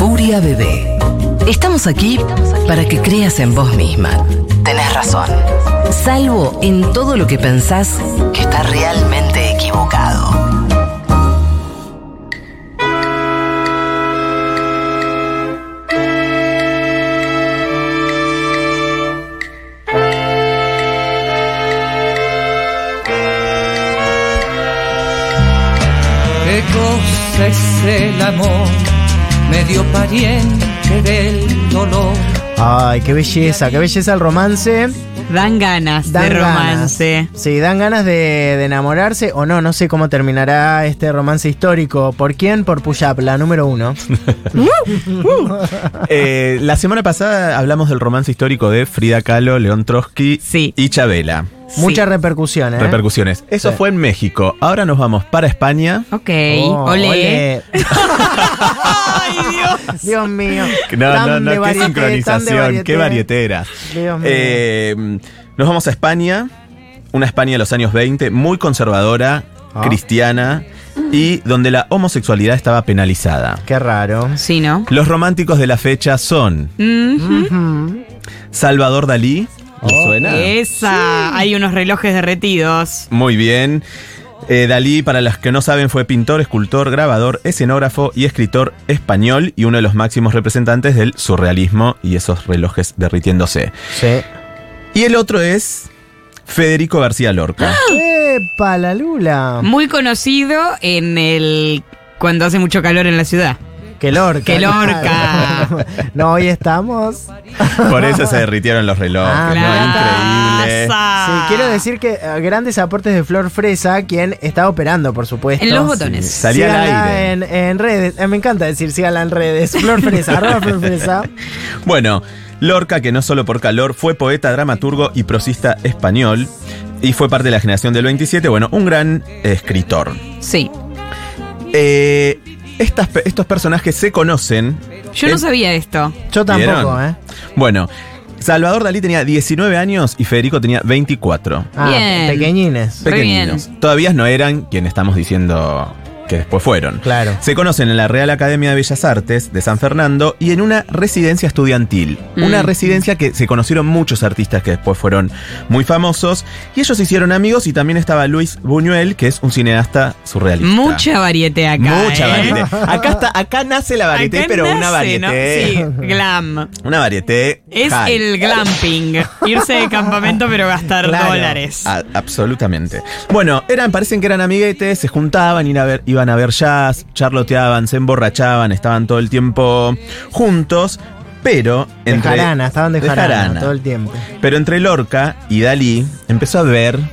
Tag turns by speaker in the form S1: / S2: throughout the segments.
S1: Aurea Bebé. Estamos aquí para que creas en vos misma. Tenés razón. Salvo en todo lo que pensás que está realmente equivocado.
S2: ¿Qué cosa es el amor? Medio pariente del dolor.
S3: Ay, qué belleza, qué belleza el romance.
S4: Dan ganas
S3: Dan
S4: de
S3: ganas.
S4: romance.
S3: Sí, dan ganas de, de enamorarse o no, no sé cómo terminará este romance histórico. ¿Por quién? Por Puyap, la número uno.
S5: Eh, la semana pasada hablamos del romance histórico de Frida Kahlo, León Trotsky
S4: Sí.
S5: y Chabela.
S4: Sí.
S3: Mucha repercusión, ¿eh?
S5: Repercusiones. Eso
S3: Sí.
S5: fue en México. Ahora nos vamos para España.
S4: Ok,
S3: Oh,
S4: olé.
S3: olé.
S4: Ay, Dios.
S3: Dios mío.
S5: No,
S3: Tan
S5: no,
S3: de
S5: no, qué
S3: varieté, tan de
S5: sincronización, qué varietera.
S3: Dios mío.
S5: Eh, nos vamos a España, una España de los años 20, muy conservadora,
S3: Ah.
S5: cristiana, y donde la homosexualidad estaba penalizada.
S3: Qué raro.
S4: Sí, ¿no?
S5: Los románticos de la fecha son
S4: Ujú.
S5: Salvador Dalí. ¿Le
S3: Oh.
S5: suena?
S4: Esa. Hay unos relojes derretidos.
S5: Muy bien. Eh, Dalí, para los que no saben, fue pintor, escultor, grabador, escenógrafo y escritor español y uno de los máximos representantes del surrealismo y esos relojes derritiéndose.
S3: Sí.
S5: Y el otro es Federico García Lorca.
S3: ¡Epa, la lula!
S4: Muy conocido en el. cuando hace mucho calor en la ciudad.
S3: ¡Qué lorca!
S4: ¡Qué lorca!
S3: no, hoy estamos.
S5: Por eso se derritieron los relojes.
S3: Ah,
S5: ¿no?
S3: claro.
S5: Increíble.
S3: Sí,
S4: Plaza.
S3: quiero decir que eh, grandes aportes de Flor Fresa, quien está operando, por supuesto.
S4: En los botones.
S5: Salía al
S3: Síganla
S5: aire.
S3: En, en redes. Eh, me encanta decir síganla en redes. Flor Fresa, arroba Flor Fresa.
S5: Bueno, Lorca, que no solo por calor, fue poeta, dramaturgo y prosista español. Y fue parte de la generación del 27, bueno, un gran escritor.
S4: Sí.
S5: Eh, estas pe- estos personajes se conocen.
S4: Yo no
S5: Eh,
S4: sabía esto.
S3: Yo tampoco,
S5: ¿Vieron?
S3: ¿eh?
S5: Bueno, Salvador Dalí tenía 19 años y Federico tenía 24.
S3: Ah,
S4: Bien.
S3: pequeñines.
S4: Re
S5: Pequeñinos. Todavía no eran quienes estamos diciendo que después fueron.
S3: Claro.
S5: Se conocen en la Real Academia de Bellas Artes de San Fernando y en una residencia estudiantil.
S4: Mm.
S5: Una residencia que se conocieron muchos artistas que después fueron muy famosos. Y ellos se hicieron amigos y también estaba Luis Buñuel, que es un cineasta surrealista.
S4: Mucha variedad acá.
S5: Mucha
S4: ¿eh?
S5: varieté. Acá, está, acá nace la varieté,
S4: Acá
S5: pero una
S4: nace, ¿no?
S5: varieté.
S4: Sí, glam.
S5: Una varieté.
S4: Es
S5: high.
S4: el glamping. Irse de campamento pero gastar
S3: Claro. Ah,
S4: dólares.
S5: A- absolutamente. Bueno, eran, parecen que eran amiguetes, se juntaban, iban a, ver, iban a ver jazz, charloteaban, se emborrachaban, estaban todo el tiempo juntos, pero
S3: De
S5: entre,
S3: jarana, estaban de
S5: de
S3: jarana,
S5: jarana.
S3: todo el tiempo.
S5: pero entre Lorca y Dalí empezó a ver un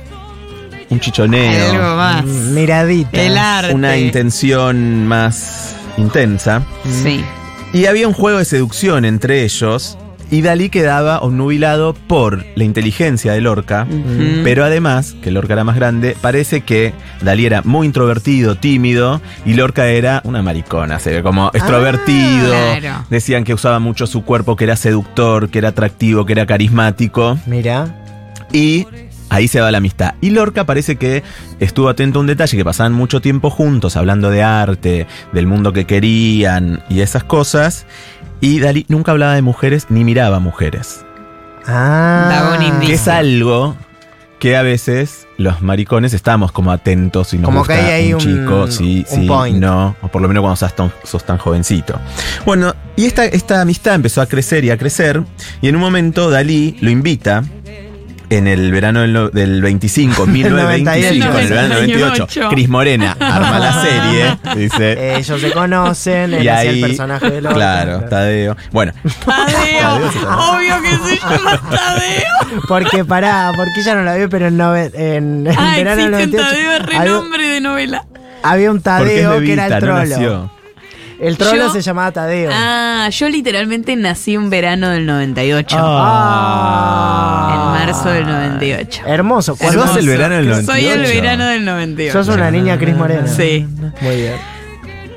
S4: Algo
S5: chichoneo,
S4: más.
S3: Mm. Miradita.
S4: Ah. El arte.
S5: una intención más intensa,
S4: Sí.
S5: y había un juego de seducción entre ellos, y Dalí quedaba obnubilado por la inteligencia de Lorca.
S4: Ujú.
S5: Pero además, que Lorca era más grande, parece que Dalí era muy introvertido, tímido, y Lorca era una maricona, se ve como extrovertido.
S4: Ah, claro.
S5: Decían que usaba mucho su cuerpo, que era seductor, que era atractivo, que era carismático.
S3: Mira.
S5: Y ahí se va la amistad. Y Lorca parece que estuvo atento a un detalle, que pasaban mucho tiempo juntos, hablando de arte, del mundo que querían y esas cosas. Y Dalí nunca hablaba de mujeres ni miraba mujeres.
S3: Ah.
S4: Daba un
S5: Que
S4: indicio.
S5: es algo que a veces los maricones estamos como atentos y nos
S3: Como
S5: gusta
S3: que hay ahí
S5: un
S3: un-
S5: chico, sí,
S3: un
S5: sí,
S3: point.
S5: no, o por lo menos cuando sos tan, sos tan jovencito. Bueno, y esta, esta amistad empezó a crecer y a crecer, y en un momento Dalí lo invita. En el verano del, no- del 25, 1925, en el verano del 98,
S4: 98.
S5: Cris Morena arma la serie, dice.
S3: Eh, ellos se conocen, él
S5: y
S3: hacía
S5: ahí,
S3: el personaje de Lorca.
S5: claro, Tadeo. Bueno,
S4: Tadeo.
S5: Tadeo se llama.
S4: Obvio que se llama Tadeo.
S3: Porque pará, porque ella no la vio, pero en, nove- en, en
S4: Ah,
S3: verano del
S4: existe un
S3: 98
S4: Tadeo de
S3: había,
S4: renombre de novela.
S3: había un
S5: porque es
S3: Tadeo que era
S5: bebita,
S3: el
S5: no
S3: trolo.
S5: nació.
S3: El trolo
S4: Yo-
S3: se llamaba Tadeo.
S4: Ah, yo literalmente nací un verano del 98.
S3: Ah.
S4: En marzo del 98.
S3: Hermoso.
S5: ¿Cuál
S3: cuerpo.
S5: vas el verano del 98?
S4: Soy el verano del 98.
S3: Sos una niña Cris Morena.
S4: Sí.
S3: Muy bien.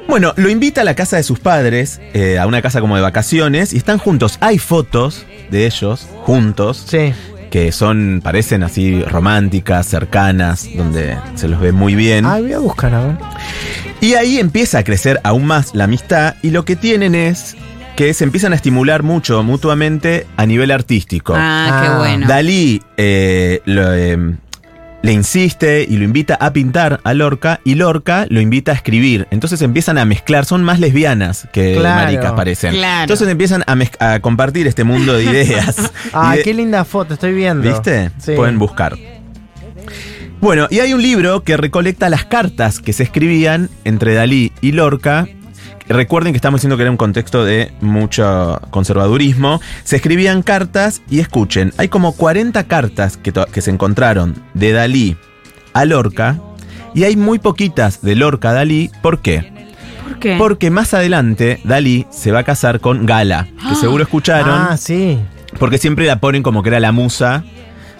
S5: Bueno, lo invita a la casa de sus padres, eh, a una casa como de vacaciones, y están juntos. Hay fotos de ellos juntos,
S3: Sí.
S5: que son, parecen así románticas, cercanas, donde se los ve muy bien.
S3: Ah, voy a buscar a ver.
S5: Y ahí empieza a crecer aún más la amistad y lo que tienen es que se empiezan a estimular mucho mutuamente a nivel artístico.
S4: Ah, qué
S3: Ah.
S4: bueno.
S5: Dalí eh, lo, eh, le insiste y lo invita a pintar a Lorca y Lorca lo invita a escribir. Entonces empiezan a mezclar, son más lesbianas que
S3: Claro.
S5: maricas parecen.
S4: Claro.
S5: Entonces empiezan a, mezc- a compartir este mundo de ideas.
S3: Ah,
S5: Y de-
S3: qué linda foto, estoy viendo.
S5: ¿Viste?
S3: Sí.
S5: Pueden buscar. Bueno, y hay un libro que recolecta las cartas que se escribían entre Dalí y Lorca. Recuerden que estamos diciendo que era un contexto de mucho conservadurismo. Se escribían cartas y escuchen, hay como 40 cartas que, to- que se encontraron de Dalí a Lorca y hay muy poquitas de Lorca a Dalí. ¿Por qué?
S4: ¿Por qué?
S5: Porque más adelante Dalí se va a casar con Gala, que seguro escucharon.
S3: Ah, sí.
S5: Porque siempre la ponen como que era la musa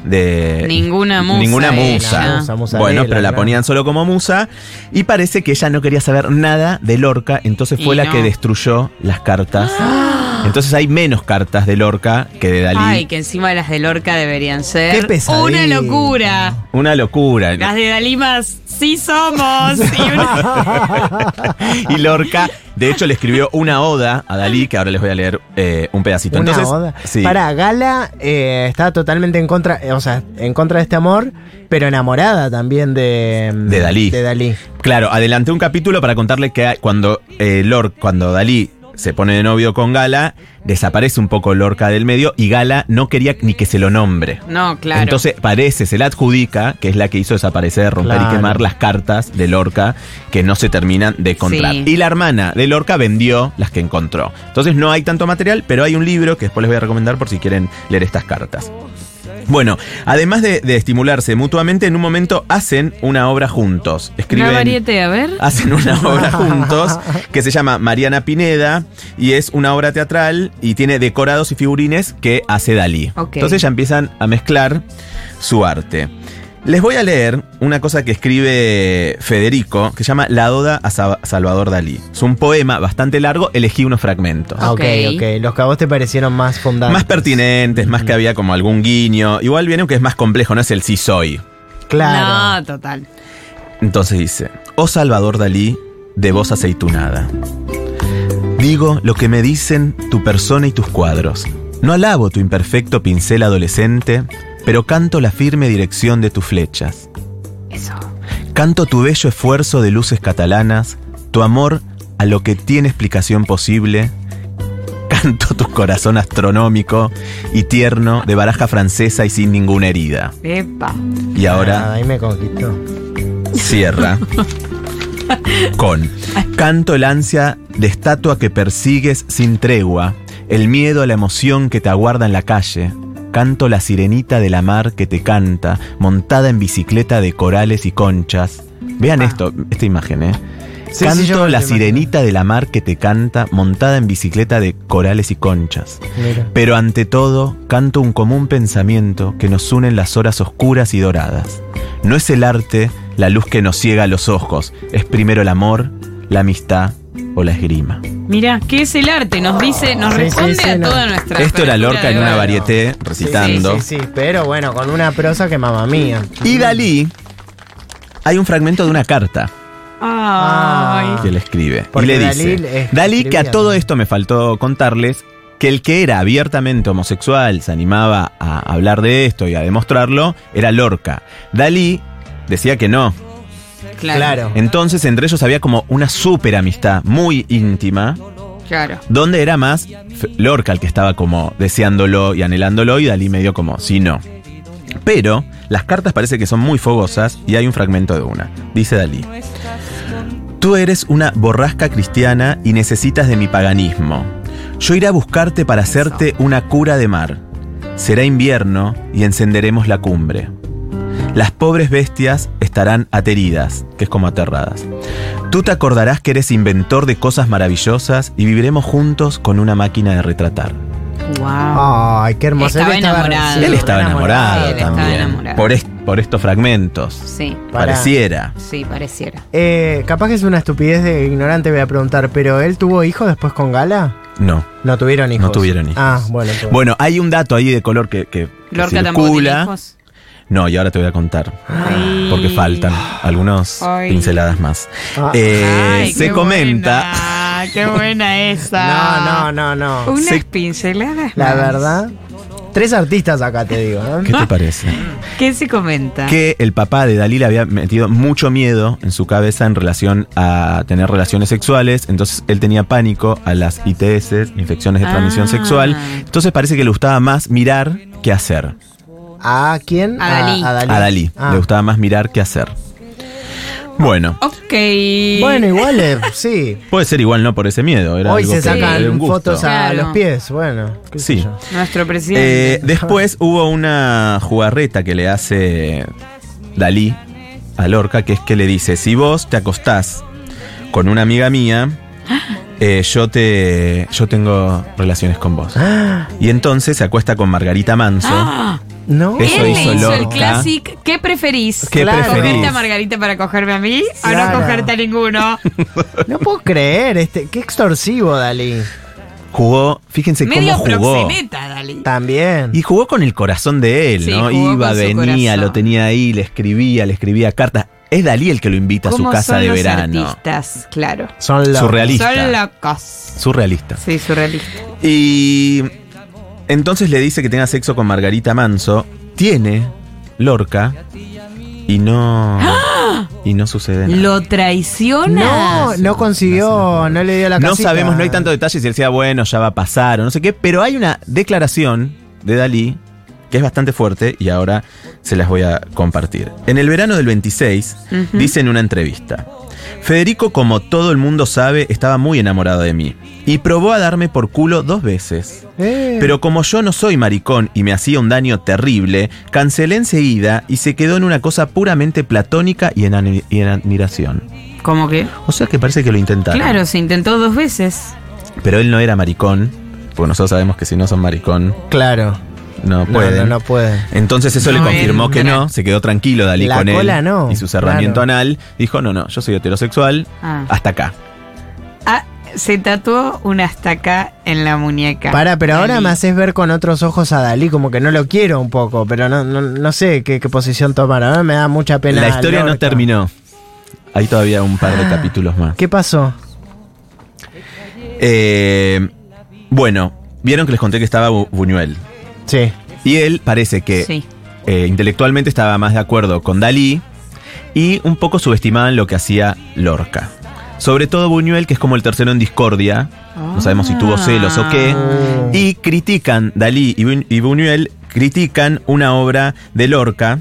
S5: de.
S4: Ninguna musa
S5: Ninguna
S4: era.
S5: musa.
S4: Musa,
S3: musarela,
S5: bueno, pero la
S3: claro.
S5: ponían solo como musa. Y parece que ella no quería saber nada de Lorca, entonces fue
S4: Y
S5: la
S4: no.
S5: que destruyó las cartas. Entonces hay menos cartas de Lorca que de Dalí.
S4: Ay, que encima las de Lorca deberían ser.
S3: Qué pesadilla.
S4: Una locura.
S5: Una locura.
S4: Las de Dalí más sí somos. Y una-
S5: y Lorca, de hecho, le escribió una oda a Dalí, que ahora les voy a leer eh, un pedacito.
S3: Una
S5: entonces,
S3: oda.
S5: sí.
S3: Para, Gala eh, está totalmente en contra, eh, o sea, en contra de este amor, pero enamorada también de, mm,
S5: De Dalí.
S3: De Dalí.
S5: Claro, adelanté un capítulo para contarle que cuando eh, Lor- cuando Dalí se pone de novio con Gala, desaparece un poco Lorca del medio y Gala no quería ni que se lo nombre.
S4: No, claro.
S5: Entonces parece, se la adjudica, que es la que hizo desaparecer, romper
S3: Claro.
S5: y quemar las cartas de Lorca que no se terminan de encontrar.
S4: Sí.
S5: Y la hermana de Lorca vendió las que encontró. Entonces no hay tanto material, pero hay un libro que después les voy a recomendar por si quieren leer estas cartas. Bueno, además de, de estimularse mutuamente, en un momento hacen una obra juntos.
S4: Una
S5: Escriben Ah,
S4: variete, a ver.
S5: hacen una obra juntos que se llama Mariana Pineda y es una obra teatral y tiene decorados y figurines que hace Dalí.
S4: Ok.
S5: Entonces ya empiezan a mezclar su arte. Les voy a leer una cosa que escribe Federico que se llama La Oda a Sa- Salvador Dalí. Es un poema bastante largo, elegí unos fragmentos.
S3: Ah, ok,
S4: Ok.
S3: ok. Los que a vos te parecieron más fundados.
S5: Más pertinentes, más que había como algún guiño. Igual viene que es más complejo, no es el sí soy.
S3: Claro.
S4: No, total.
S5: Entonces dice, oh Salvador Dalí, de voz aceitunada. Digo lo que me dicen tu persona y tus cuadros. No alabo tu imperfecto pincel adolescente, pero canto la firme dirección de tus flechas.
S4: Eso.
S5: Canto tu bello esfuerzo de luces catalanas, tu amor a lo que tiene explicación posible. Canto tu corazón astronómico y tierno de baraja francesa y sin ninguna herida.
S4: Epa.
S5: Y ahora...
S3: Ah, ahí me conquistó.
S5: Cierra con Canto el ansia de estatua que persigues sin tregua, el miedo a la emoción que te aguarda en la calle. Canto la sirenita de la mar que te canta, montada en bicicleta de corales y conchas. Vean
S4: Ah.
S5: esto, esta imagen, ¿eh?
S3: Sí,
S5: Canto
S3: sí, yo me
S5: la
S3: lo imagino.
S5: sirenita de la mar que te canta, montada en bicicleta de corales y conchas.
S3: Mira.
S5: Pero ante todo, canto un común pensamiento que nos une en las horas oscuras y doradas. No es el arte la luz que nos ciega los ojos, es primero el amor, la amistad o la esgrima.
S4: Mira, ¿qué es el arte? Nos dice, nos
S3: Sí, sí,
S4: responde
S3: sí,
S4: a
S3: no.
S4: toda nuestra.
S5: Esto era Lorca en una
S4: variedad
S5: varieté recitando.
S3: Sí, sí, sí, pero bueno, con una prosa que mamá mía.
S5: Y Dalí, hay un fragmento de una carta
S4: Ay.
S3: Ah,
S5: que le escribe.
S3: Porque
S5: y le
S3: Dalí
S5: dice,
S3: le escribía
S5: Dalí, que a todo
S3: también.
S5: esto me faltó contarles, que el que era abiertamente homosexual, se animaba a hablar de esto y a demostrarlo, era Lorca. Dalí decía que no,
S4: Claro.
S3: Claro.
S5: Entonces entre ellos había como una súper amistad muy íntima,
S4: Claro.
S5: donde era más F- Lorca el que estaba como deseándolo y anhelándolo y Dalí medio como, sí, no. Pero las cartas parece que son muy fogosas y hay un fragmento de una. Dice Dalí. Tú eres una borrasca cristiana y necesitas de mi paganismo. Yo iré a buscarte para hacerte una cura de mar. Será invierno y encenderemos la cumbre. Las pobres bestias estarán ateridas, que es como aterradas. Tú te acordarás que eres inventor de cosas maravillosas y viviremos juntos con una máquina de retratar.
S4: Wow.
S3: Ay, qué hermoso.
S4: Estaba
S3: Él
S4: enamorado.
S3: sí,
S5: él estaba enamorado
S4: él estaba
S5: también.
S4: enamorado.
S5: Por, est- por estos fragmentos.
S4: Sí,
S3: Pará.
S5: Pareciera.
S4: sí, pareciera.
S3: Eh, capaz que es una estupidez de ignorante, voy a preguntar, pero ¿él tuvo hijos después con Gala?
S5: No.
S3: No tuvieron hijos.
S5: No tuvieron hijos.
S3: Ah, bueno. entonces.
S5: Bueno, hay un dato ahí de color que, que- que
S4: Lorca tampoco tiene
S5: circula.
S4: hijos.
S5: No, y ahora te voy a contar. Porque faltan algunas
S4: Ay.
S5: pinceladas más.
S3: Ah.
S5: Eh,
S4: Ay,
S5: se
S4: qué
S5: comenta.
S4: buena, qué buena esa.
S3: No, no, no, no.
S4: Unas
S5: Se-
S4: pinceladas.
S3: La
S4: más.
S3: verdad. Tres artistas acá te digo. ¿eh?
S5: ¿Qué te parece?
S4: ¿Qué se comenta?
S5: Que el papá de Dalí le había metido mucho miedo en su cabeza en relación a tener relaciones sexuales. Entonces él tenía pánico a las ITS, infecciones de transmisión
S4: Ah.
S5: sexual. Entonces parece que le gustaba más mirar que hacer.
S3: ¿A quién?
S4: A Dalí.
S5: A Dalí.
S3: Ah.
S5: Le gustaba más mirar que hacer. Bueno.
S4: Ok.
S3: Bueno, igual, eh, sí.
S5: Puede ser igual, no por ese miedo. Era
S3: Hoy
S5: algo
S3: se
S5: que
S3: sacan
S5: le dio un gusto.
S3: fotos a
S4: Claro.
S3: los pies, bueno. qué sé
S5: Sí.
S3: yo.
S4: Nuestro presidente.
S5: Eh, después hubo una jugarreta que le hace Dalí a Lorca, que es que le dice, si vos te acostás con una amiga mía, eh, yo, te, yo tengo relaciones con vos.
S3: Ah,
S5: Y entonces se acuesta con Margarita Manso.
S4: Ah,
S3: No.
S5: Eso
S4: él le hizo
S5: hizo
S4: el
S5: Lorca.
S4: clásico. ¿Qué preferís?
S5: ¿Qué
S3: Claro.
S5: preferís?
S4: ¿Cogerte a Margarita para cogerme a mí o
S3: Claro.
S4: no cogerte a ninguno?
S3: No puedo creer, este, qué extorsivo Dalí.
S5: Jugó, fíjense
S4: Medio
S5: cómo jugó.
S4: proxeneta, Dalí.
S3: También.
S5: Y jugó con el corazón de él,
S4: Sí,
S5: ¿no?
S4: jugó
S5: Iba,
S4: con su
S5: venía,
S4: corazón.
S5: lo tenía ahí, le escribía, le escribía cartas. Es Dalí el que lo invita a su
S4: ¿Cómo
S5: casa
S4: son
S5: de
S4: los
S5: verano.
S4: Artistas, claro.
S3: Son los.
S5: Surrealista.
S4: Son locos.
S5: Surrealista.
S4: Sí, surrealista.
S5: Y entonces le dice que tenga sexo con Margarita Manso. Tiene Lorca y no y no sucede nada.
S4: Lo traiciona.
S3: No, no consiguió, no le dio la
S5: no
S3: casita.
S5: sabemos, no hay tanto detalle si él sea bueno, ya va a pasar o no sé qué, pero hay una declaración de Dalí que es bastante fuerte y ahora se las voy a compartir. En el verano del 26
S4: Ujú.
S5: dice en una entrevista, Federico como todo el mundo sabe estaba muy enamorado de mí y probó a darme por culo dos veces.
S3: Eh,
S5: Pero como yo no soy maricón y me hacía un daño terrible, cancelé enseguida y se quedó en una cosa puramente platónica y en, ani- y en admiración.
S4: ¿Cómo que?
S5: O sea que parece que lo intentaron.
S4: Claro, se intentó dos veces.
S5: Pero él no era maricón, porque nosotros sabemos que si no son maricón,
S3: claro.
S5: no
S3: No,
S5: pueden.
S3: no, no puede.
S5: Entonces eso
S4: No
S5: le confirmó
S4: entra.
S5: que no, se quedó tranquilo Dalí
S3: La
S5: con él
S3: cola no,
S5: y su cerramiento
S3: claro.
S5: anal. Dijo, no, no, yo soy heterosexual,
S4: Ah.
S5: hasta acá.
S4: Ah, se tatuó una estaca en la muñeca.
S3: Para, pero ahora
S4: Dalí.
S3: me haces ver con otros ojos a Dalí, como que no lo quiero un poco, pero no, no, no sé qué, qué posición tomar. Ahora me da mucha pena.
S5: La historia no
S3: Lorca.
S5: terminó. Hay todavía un par de
S3: Ah.
S5: capítulos más.
S3: ¿Qué pasó?
S5: Eh, bueno, vieron que les conté que estaba Bu- Buñuel.
S3: Sí.
S5: Y él parece que
S4: Sí.
S5: eh, intelectualmente estaba más de acuerdo con Dalí y un poco subestimaban lo que hacía Lorca. Sobre todo Buñuel, que es como el tercero en discordia, no sabemos si tuvo celos o qué,
S3: Ah.
S5: y critican, Dalí y Bu- y Buñuel critican una obra de Lorca,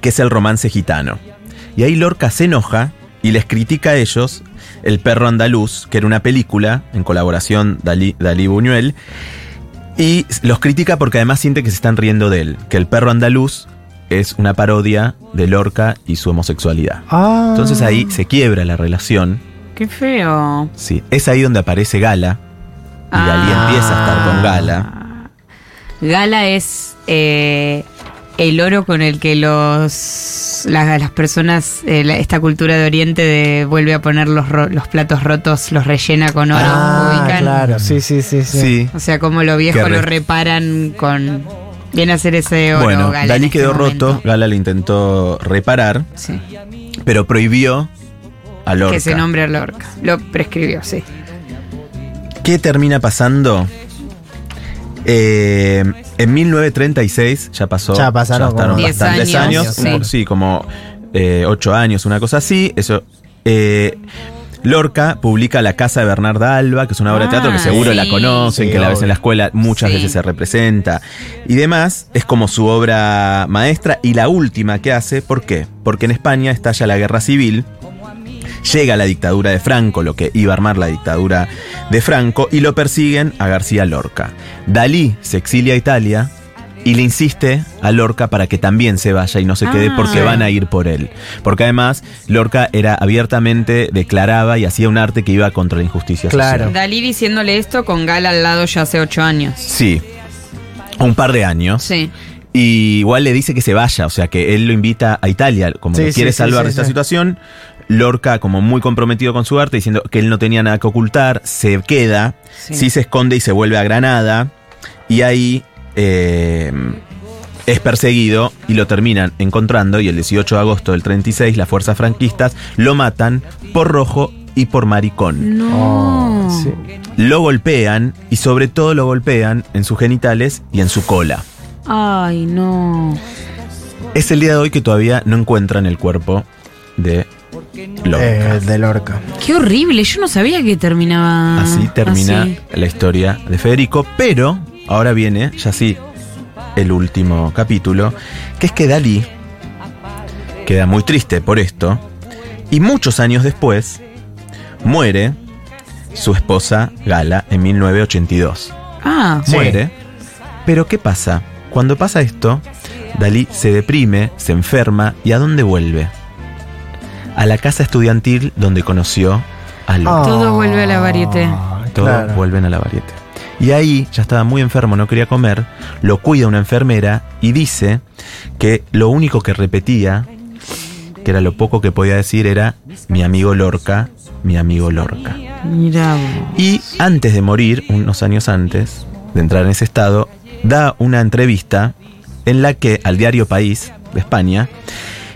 S5: que es el romance gitano. Y ahí Lorca se enoja y les critica a ellos El perro andaluz, que era una película en colaboración Dalí, Dalí Buñuel, y los critica porque además siente que se están riendo de él, que el perro andaluz es una parodia de Lorca y su homosexualidad.
S3: Ah.
S5: Entonces ahí se quiebra la relación,
S4: Qué feo.
S5: sí. Es ahí donde aparece Gala y Dalí
S4: Ah.
S5: empieza a estar con Gala.
S4: Gala es eh, el oro con el que los las, las personas, eh, la- esta cultura de Oriente de- vuelve a poner los, ro- los platos rotos, los rellena con oro.
S3: Ah,
S4: ubican.
S3: claro. Sí, sí, sí. sí.
S5: Sí.
S4: O sea, como lo
S5: Qué
S4: viejo
S5: re-
S4: lo reparan con... Viene a ser ese oro.
S5: Bueno,
S4: Gala en
S5: Dalí
S4: este
S5: quedó
S4: momento.
S5: roto, Gala le intentó reparar,
S4: Sí.
S5: pero prohibió a Lorca.
S4: Que se nombre a Lorca. Lo prescribió, sí.
S5: ¿Qué termina pasando? Eh, en 1936 ya pasó.
S3: Ya pasaron
S5: bastaron
S3: como
S4: Diez
S5: bastantes años.
S4: años,
S5: un po- sí. como eh, ocho años, una cosa así. Eso. eh, Lorca publica La Casa de Bernarda Alba, que es una obra de
S4: Ah,
S5: teatro que seguro
S4: sí.
S5: la conocen,
S3: Sí,
S5: que la ves
S3: obvio.
S5: en la escuela muchas
S4: Sí.
S5: veces se representa y demás. Es como su obra maestra y la última que hace. ¿Por qué? Porque en España estalla la guerra civil. Llega la dictadura de Franco, lo que iba a armar la dictadura de Franco, y lo persiguen a García Lorca. Dalí se exilia a Italia y le insiste a Lorca para que también se vaya y no se quede
S4: Ah.
S5: porque van a ir por él. Porque además Lorca era abiertamente, declaraba y hacía un arte que iba contra la injusticia
S3: Claro.
S5: social.
S4: Dalí diciéndole esto con Gala al lado ya hace ocho años.
S5: Sí. Un par de años.
S4: Sí.
S5: Y igual le dice que se vaya, o sea que él lo invita a Italia, como
S3: Sí,
S5: que
S3: sí,
S5: quiere
S3: sí,
S5: salvar
S3: sí,
S5: de esta
S3: sí.
S5: situación. Lorca, como muy comprometido con su arte, diciendo que él no tenía nada que ocultar, se queda, sí,
S4: Sí.
S5: se esconde y se vuelve a Granada. Y ahí eh, es perseguido y lo terminan encontrando y el 18 de agosto del 36 las fuerzas franquistas lo matan por rojo y por maricón.
S4: No.
S3: Oh,
S5: Ah,
S3: Sí.
S5: Lo golpean y sobre todo lo golpean en sus genitales y en su cola.
S4: Ay, no.
S5: Es el día de hoy que todavía no encuentran el cuerpo de Lorca.
S3: Eh, de Lorca.
S4: Qué horrible. Yo no sabía que terminaba.
S5: Así termina
S4: así.
S5: la historia de Federico, pero ahora viene, ya sí, el último capítulo, que es que Dalí queda muy triste por esto, y muchos años después muere su esposa Gala en 1982.
S4: Ah,
S3: Sí.
S5: Muere, pero ¿qué pasa? Cuando pasa esto, Dalí se deprime, se enferma, ¿y a dónde vuelve? A la casa estudiantil donde conoció a Lorca.
S4: Todo vuelve a la varieté.
S5: Todos
S3: Ah. Claro.
S5: vuelven a la variete. Y ahí ya estaba muy enfermo, no quería comer, lo cuida una enfermera y dice que lo único que repetía, que era lo poco que podía decir, era mi amigo Lorca, mi amigo Lorca.
S4: mira. vos.
S5: Y antes de morir, unos años antes de entrar en ese estado, da una entrevista en la que al diario País de España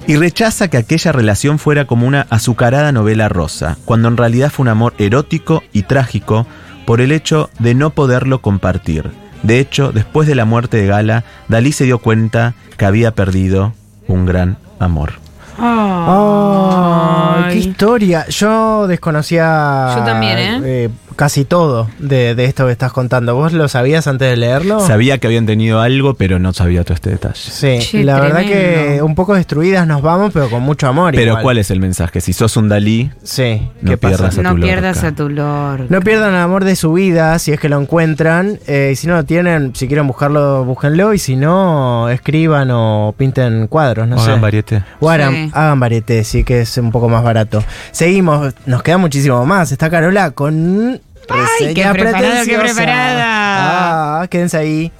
S5: y rechaza que aquella relación fuera como una azucarada novela rosa, cuando en realidad fue un amor erótico y trágico por el hecho de no poderlo compartir. De hecho, después de la muerte de Gala, Dalí se dio cuenta que había perdido un gran amor.
S3: Oh,
S4: Ay.
S3: qué historia. Yo desconocía.
S4: Yo también, ¿eh?
S3: casi todo de, de esto que estás contando. ¿Vos lo sabías antes de leerlo?
S5: Sabía que habían tenido algo, pero no sabía todo este detalle.
S3: Oh. sí,
S4: Che,
S3: la verdad
S4: tremendo.
S3: que un poco destruidas nos vamos, pero con mucho amor.
S5: Pero
S3: igual.
S5: ¿cuál es el mensaje? Si sos un Dalí,
S3: Sí,
S5: No
S3: ¿qué
S5: pierdas
S3: pasa?
S5: a
S4: no
S5: tu
S4: pierdas
S5: Lorca.
S4: a tu lord.
S3: No pierdan el amor de su vida si es que lo encuentran. eh, y si no lo tienen, si quieren buscarlo, búsquenlo. Y si no, escriban o pinten cuadros, no
S5: o
S3: sé.
S5: hagan variete.
S3: O hagan,
S4: Sí.
S3: hagan varieté, sí que es un poco más barato. Seguimos, nos queda muchísimo más. Está Carola con
S4: Ay, qué
S3: reseña
S4: preparada, qué
S3: pretenciosa.
S4: preparada.
S3: Ah, quédense ahí.